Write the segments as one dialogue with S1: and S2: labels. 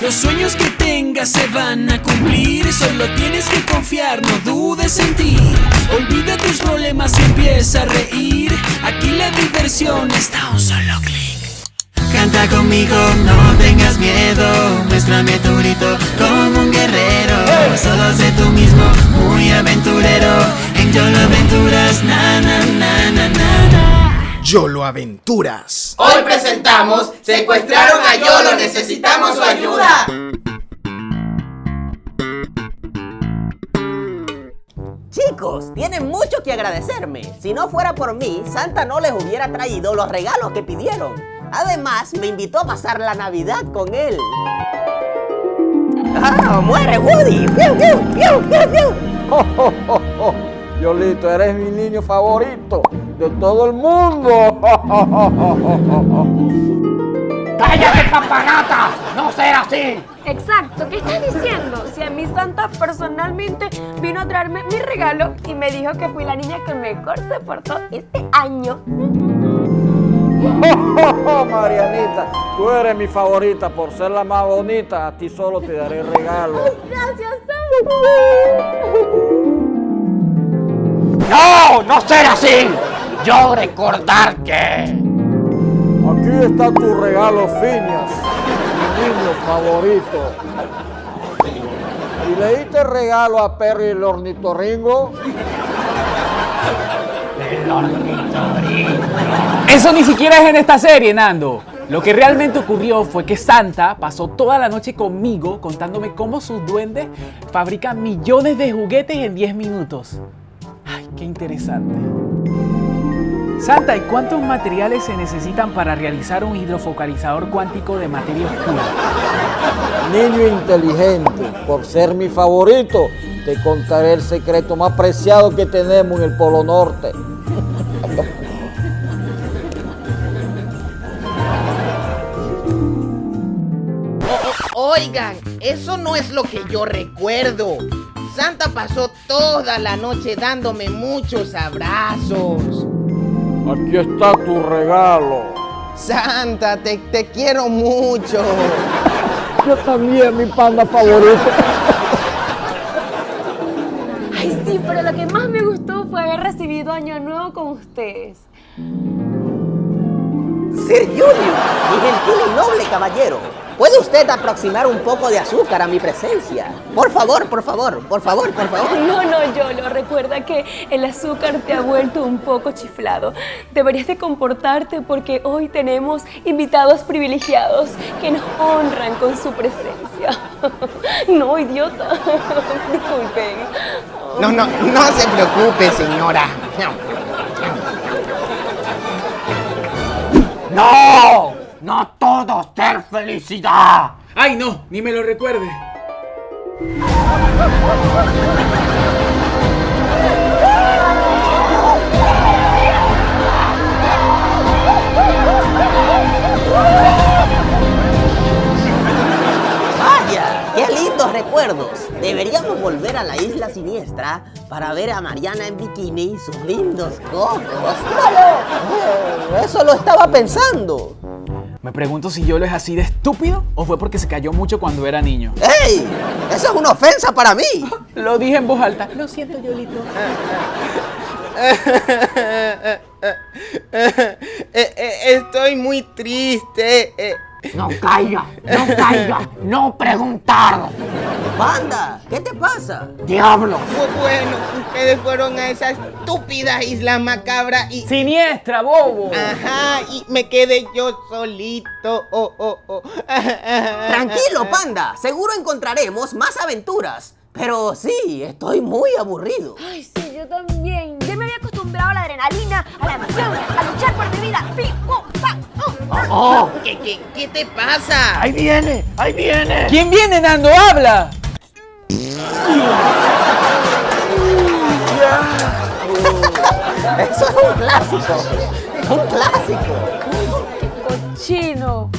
S1: Los sueños que tengas se van a cumplir. Solo tienes que confiar, no dudes en ti. Olvida tus problemas y empieza a reír. Aquí la diversión está a un solo clic.
S2: Canta conmigo, no tengas miedo. Muéstrame tu grito como un guerrero. Solo sé tú mismo, muy aventurero. En Yo lo aventuras, na na na na na.
S3: Yolo Aventuras.
S4: Hoy presentamos Secuestraron a Yolo, necesitamos su ayuda.
S5: Chicos, tienen mucho que agradecerme. Si no fuera por mí, Santa no les hubiera traído los regalos que pidieron. Además, me invitó a pasar la Navidad con él. ¡Ah, muere Woody! ¡Piu, piu, piu, piu, piu!
S6: Yolito, eres mi niño favorito de todo el mundo.
S7: Exacto, ¿qué estás diciendo? Si a mí Santa personalmente vino a traerme mi regalo y me dijo que fui la niña que mejor se portó este año.
S6: Marianita, tú eres mi favorita por ser la más bonita. A ti solo te daré regalo.
S7: Gracias, Santa.
S8: ¡No! ¡No será así! Yo recordar que...
S6: Aquí está tu regalo, Phineas, mi niño favorito. ¿Y leíste el regalo a Perry el ornitorringo?
S9: Eso ni siquiera es en esta serie, Nando. Lo que realmente ocurrió fue que Santa pasó toda la noche conmigo contándome cómo sus duendes fabrican millones de juguetes en 10 minutos. Ay, qué interesante. Santa, ¿y cuántos materiales se necesitan para realizar un hidrofocalizador cuántico de materia oscura?
S6: Niño inteligente, por ser mi favorito, te contaré el secreto más preciado que tenemos en el Polo Norte.
S4: Oigan, eso no es lo que yo recuerdo. Santa pasó toda la noche dándome muchos abrazos.
S6: Aquí está tu regalo.
S4: Santa, te, te quiero mucho.
S6: Yo también, mi panda favorito.
S7: Ay, sí, pero lo que más me gustó fue haber recibido Año Nuevo con ustedes.
S5: Sir Julio, mi gentil y noble caballero, ¿puede usted aproximar un poco de azúcar a mi presencia? Por favor, por favor, por favor, por favor.
S7: No, no, Yolo, recuerda que el azúcar te ha vuelto un poco chiflado. Deberías de comportarte porque hoy tenemos invitados privilegiados que nos honran con su presencia. No, idiota. Disculpen.
S4: No, no, no se preocupe, señora.
S8: ¡No! ¡No todo ser felicidad!
S9: Ay, no, ni me lo recuerde.
S5: Vaya, qué lindos recuerdos. Deberíamos volver a la isla siniestra para ver a Mariana en bikini y sus lindos cocos. Eh, Eso lo estaba pensando.
S9: Me pregunto si yo lo es así de estúpido o fue porque se cayó mucho cuando era niño.
S5: ¡Ey! Eso es una ofensa para mí.
S9: Lo dije en voz alta. Lo siento, Yolito.
S4: Estoy muy triste.
S8: ¡No caiga! ¡No caiga! ¡No preguntar!
S5: Banda, ¿qué te pasa?
S8: ¡Diablo!
S4: Bueno, ustedes fueron a esa estúpida isla macabra y...
S9: ¡Siniestra, bobo!
S4: Ah. Ajá, y me quedé yo solito. Oh, oh, oh.
S5: Tranquilo, panda. Seguro encontraremos más aventuras. Pero sí, estoy muy aburrido.
S7: Ay, sí, yo también. Ya me había acostumbrado a la adrenalina, a la emoción, a luchar por mi vida. Pim, pum, pam, pum, pam.
S8: ¡Oh!
S4: ¿Qué, qué, qué te pasa?
S8: ¡Ahí viene! ¡Ahí viene!
S9: ¿Quién viene, Nando? ¡Habla!
S5: Eso es un clásico. Un clásico.
S7: Cochino.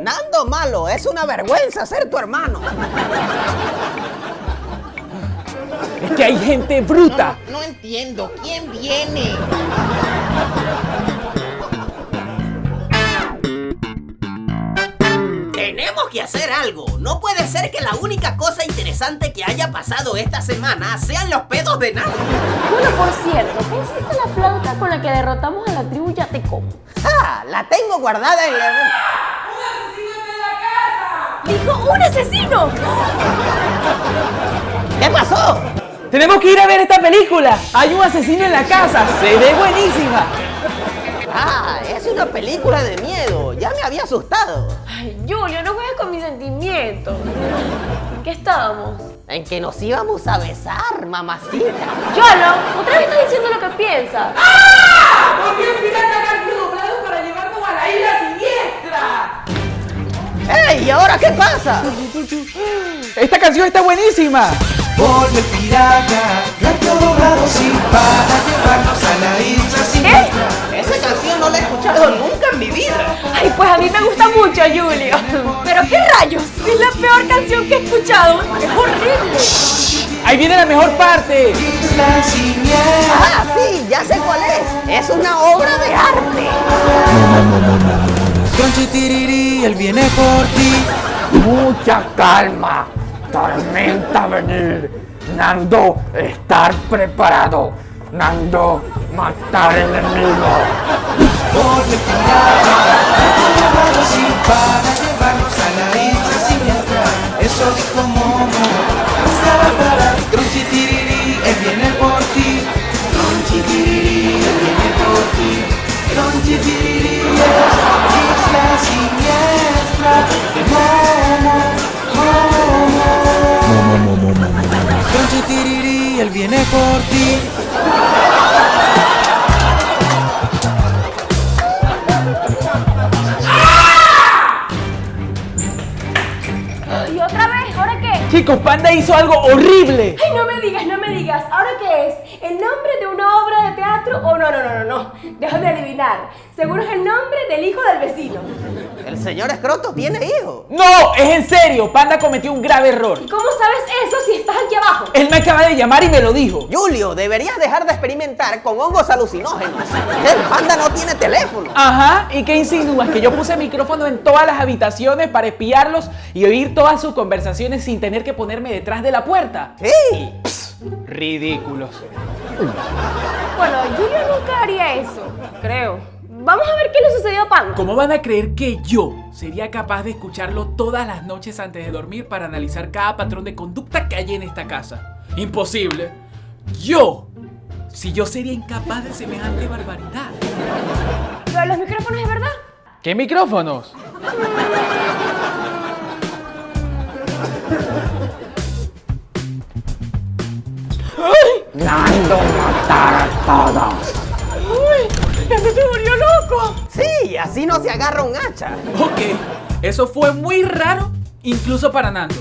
S5: Nando Malo, es una vergüenza ser tu hermano.
S9: Es que hay gente bruta.
S4: No entiendo. ¿Quién viene?
S8: Eh,
S5: tenemos que hacer algo. No puede ser que la única cosa interesante que haya pasado esta semana sean los pedos de Nando.
S7: Bueno, por cierto, ¿qué hiciste la flauta con la que derrotamos a la tribu Yatecomo?
S5: ¡Ja! La tengo guardada en la...
S7: ¡Dijo un asesino!
S5: ¿Qué pasó?
S9: Tenemos que ir a ver esta película. Hay un asesino en la casa. Se ve buenísima.
S5: Ah, es una película de miedo. Ya me había asustado.
S7: Ay, Julio, no juegues con mis sentimientos. ¿En qué estábamos?
S5: En que nos íbamos a besar, mamacita.
S7: Yolo, otra vez estás diciendo lo que piensas.
S5: ¡Ey! ¿Y ahora qué pasa?
S9: Esta canción está buenísima.
S2: Volve pirata, plato doblado sin para llevarnos a la isla sin
S7: ¿Eh?
S5: Esa canción no la he escuchado nunca en mi vida.
S7: Ay, pues a mí me gusta mucho, Julio. Pero qué rayos, es la peor canción que he escuchado. Es horrible.
S9: Ahí viene la mejor parte.
S2: isla sin miedo.
S5: Ah, sí, ya sé cuál es. Es una obra de arte.
S2: Crunchy tiriri, él viene por ti.
S8: Mucha calma. Tormenta a venir. Nando, estar preparado. Nando, matar enemigo.
S2: Volve pirata, plato doblado sin para llevarnos a la isla sin miedo. Eso dijo Momo. Estaba para Crunchy tiriri, él viene por ti. Crunchy tiriri, él viene por ti. Crunchy tiriri, es isla siniestra. Momo, Momo. Crunchy tiriri, él viene por ti.
S7: ¿Y otra vez? ¿Ahora qué?
S9: Chicos, Panda hizo algo horrible.
S7: Ay, no me digas, no me digas. ¿Ahora qué es? ¿El nombre de una obra de teatro? Oh, no, no, no, no, no. Déjame adivinar. Seguro es el nombre del hijo del vecino.
S5: El señor Escroto tiene hijo.
S9: No, es en serio. Panda cometió un grave error.
S7: ¿Y cómo sabes eso si estás aquí abajo?
S9: Él me acaba de llamar y me lo dijo.
S5: Julio, deberías dejar de experimentar con hongos alucinógenos. El panda no tiene teléfono.
S9: Ajá, ¿y qué insinúas? Que yo puse micrófono en todas las habitaciones para espiarlos y oír todas sus conversaciones sin tener que ponerme detrás de la puerta.
S5: Sí.
S9: Ridículos.
S7: Bueno, Julio nunca haría eso, creo. Vamos a ver qué le sucedió a Panda.
S9: ¿Cómo van a creer que yo sería capaz de escucharlo todas las noches antes de dormir para analizar cada patrón de conducta que hay en esta casa? Imposible. Yo, si yo sería incapaz de semejante barbaridad.
S7: Lo de los micrófonos es verdad.
S9: ¿Qué micrófonos?
S8: Nando, matar a todos.
S5: Sí, así no se agarra un hacha.
S9: Ok, eso fue muy raro, incluso para Nando.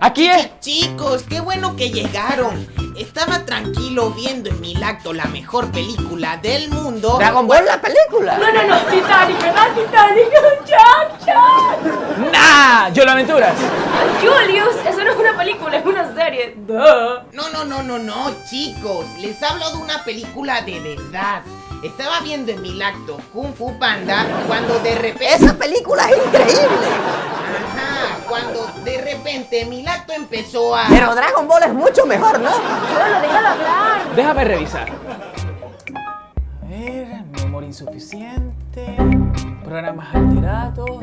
S9: Aquí es.
S4: Chicos, qué bueno que llegaron. Estaba tranquilo viendo en mi lacto la mejor película del mundo.
S5: Dragon Ball la
S7: No,
S5: película.
S7: no, no, Titanic, ¿verdad? Titanic, Jack, Jack.
S9: ¡Nah! ¡Yo lo aventuras!
S7: Ay, Julius, eso no es una película, es una serie. Duh.
S4: No, no, no, no, no, chicos. Les hablo de una película de verdad. Estaba viendo en mi lacto Kung Fu Panda cuando de repente...
S5: Esa película es increíble.
S4: Ajá, cuando de repente mi lacto empezó a...
S5: Pero Dragon Ball es mucho mejor, ¿no?
S7: Yolo, déjalo hablar.
S9: Déjame revisar. A ver, memoria insuficiente. Programas alterados.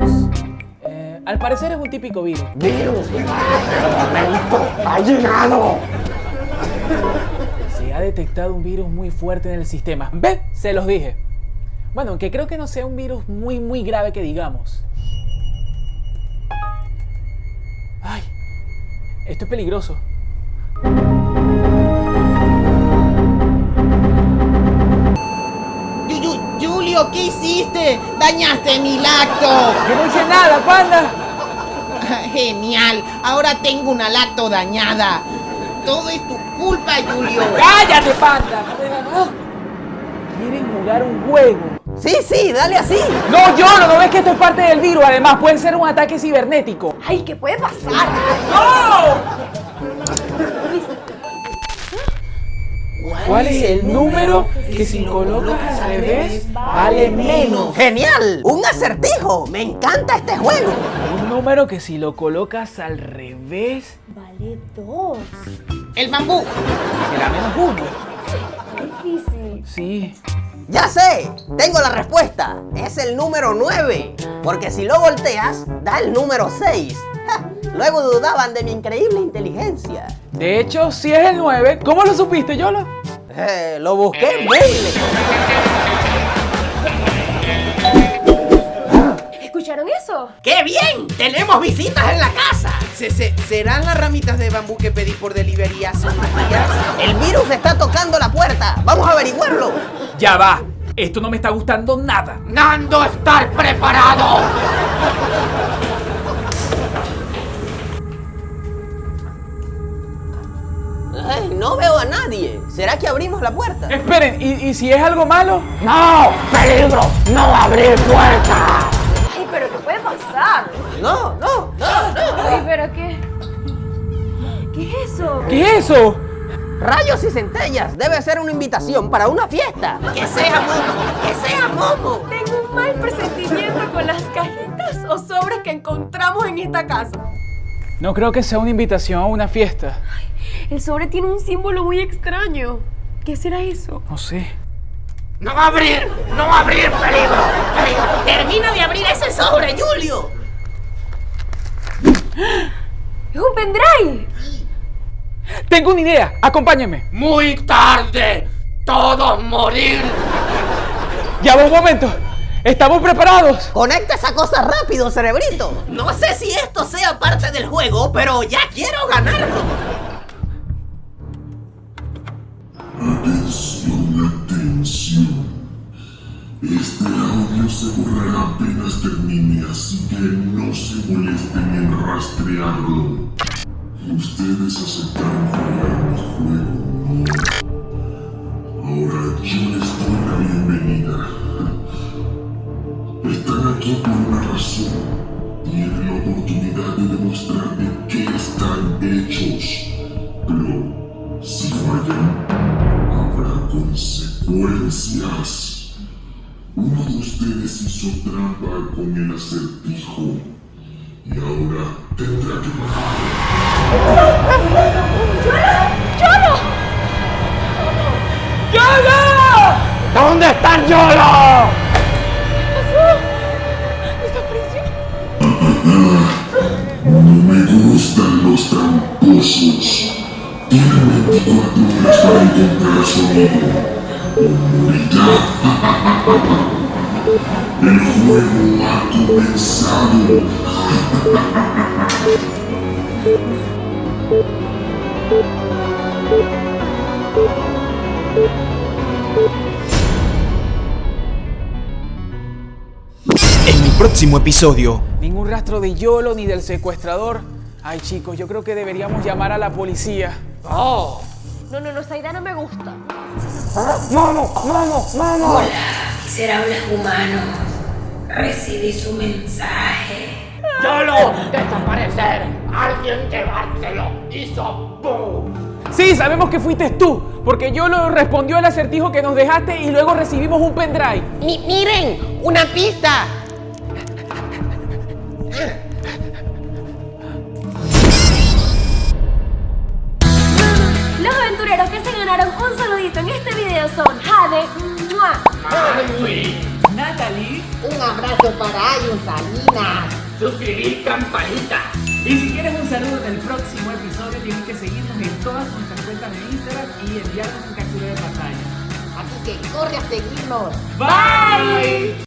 S9: eh, al parecer es un típico virus.
S8: Virus, tormento, ha llegado.
S9: Se ha detectado un virus muy fuerte en el sistema. ¿Ve? Se los dije. Bueno, aunque creo que no sea un virus muy, muy grave que digamos. Ay, esto es peligroso.
S4: Yu- Yu- Julio, ¿qué hiciste? Dañaste mi lacto.
S9: Yo no hice nada, panda.
S4: Genial, ahora tengo una lacto dañada. Todo es tu culpa, Julio.
S9: ¡Cállate, panda! Ah, Quieren jugar un juego.
S5: Sí, sí, dale así.
S9: No, yo no ves que esto es parte del virus. Además, puede ser un ataque cibernético.
S7: Ay, ¿qué puede pasar?
S9: ¡No!
S4: What?
S9: ¿Cuál es el número que si colocas al revés vale menos?
S5: ¡Genial! ¡Un acertijo! ¡Me encanta este juego!
S9: Un número que si lo colocas al revés
S7: Vale dos.
S10: El bambú.
S9: será menos uno.
S7: Difícil.
S9: Sí.
S5: ¡Ya sé! ¡Tengo la respuesta! ¡Es el número 9! Porque si lo volteas, da el número 6. Luego dudaban de mi increíble inteligencia.
S9: De hecho, si es el 9, ¿cómo lo supiste, Yolo?
S5: Eh, lo busqué en braille.
S7: ¿Escucharon eso?
S5: ¡Qué bien! ¡Tenemos visitas en la casa!
S10: Se- se- ¿Serán las ramitas de bambú que pedí por delivery hace unos días?
S5: ¡El virus está tocando la puerta! ¡Vamos a averiguarlo!
S9: Ya va. Esto no me está gustando nada.
S8: Nando estar preparado.
S5: Ay, no veo a nadie. ¿Será que abrimos la puerta?
S9: Esperen, ¿y, y si es algo malo?
S8: No, peligro, no abrir puerta.
S7: Ay, pero ¿qué puede pasar?
S5: No, no, no, no.
S7: Ay, pero ¿qué? ¿Qué es eso?
S9: ¿Qué es eso?
S5: Rayos y centellas. Debe ser una invitación para una fiesta. ¡Que sea Momo! ¡Que sea Momo!
S7: Tengo un mal presentimiento con las cajitas o sobres que encontramos en esta casa.
S9: No creo que sea una invitación a una fiesta.
S7: El sobre tiene un símbolo muy extraño. ¿Qué será eso?
S9: No sé.
S8: No abrir, no abrir, peligro, peligro.
S5: Termina de abrir ese sobre, Julio.
S7: ¡Es un pendrive!
S9: Tengo una idea. Acompáñenme.
S8: Muy tarde, todos morir.
S9: Ya va un momento. Estamos preparados.
S5: Conecta esa cosa rápido, cerebrito. No sé si esto sea parte del juego, pero ya quiero ganarlo.
S4: Este audio se borrará apenas termine, así que no se molesten en rastrearlo. Ustedes aceptaron jugar mi juego, ¿no? Ahora yo les doy la bienvenida. Están aquí por una razón. Tienen la oportunidad de demostrar de qué están hechos. Pero si fallan, habrá consecuencias. Uno de ustedes hizo trampa con el acertijo y ahora tendrá que pagar.
S9: ¡Yolo!
S8: ¿Dónde están Yolo?
S4: No me gustan los tramposos. Tienen 24 horas para encontrar a su amigo. O morirá. El juego ha comenzado.
S3: En mi próximo episodio,
S9: Ningún rastro de Yolo ni del secuestrador. Ay, chicos, yo creo que deberíamos llamar a la policía.
S8: Oh,
S7: No, no, no, esa idea no me gusta.
S8: Momo, Momo, Momo.
S11: Miserables humanos, recibí su mensaje.
S8: Yolo, desaparecer. Alguien llevárselo. Hizo boom.
S9: Sí, sabemos que fuiste tú, porque Yolo respondió al acertijo que nos dejaste y luego recibimos un pendrive.
S10: Mi- miren, una pista.
S7: Los aventureros que se ganaron un saludito en este video son Jade, ¡mua!
S12: Natalie,
S10: Un abrazo para Ayun Salinas.
S8: Suscribir campanita.
S12: y si quieres un saludo en el próximo episodio, tienes que seguirnos en todas nuestras cuentas de Instagram y enviarnos un captura de pantalla.
S10: Así que corre a seguirnos.
S12: ¡Bye!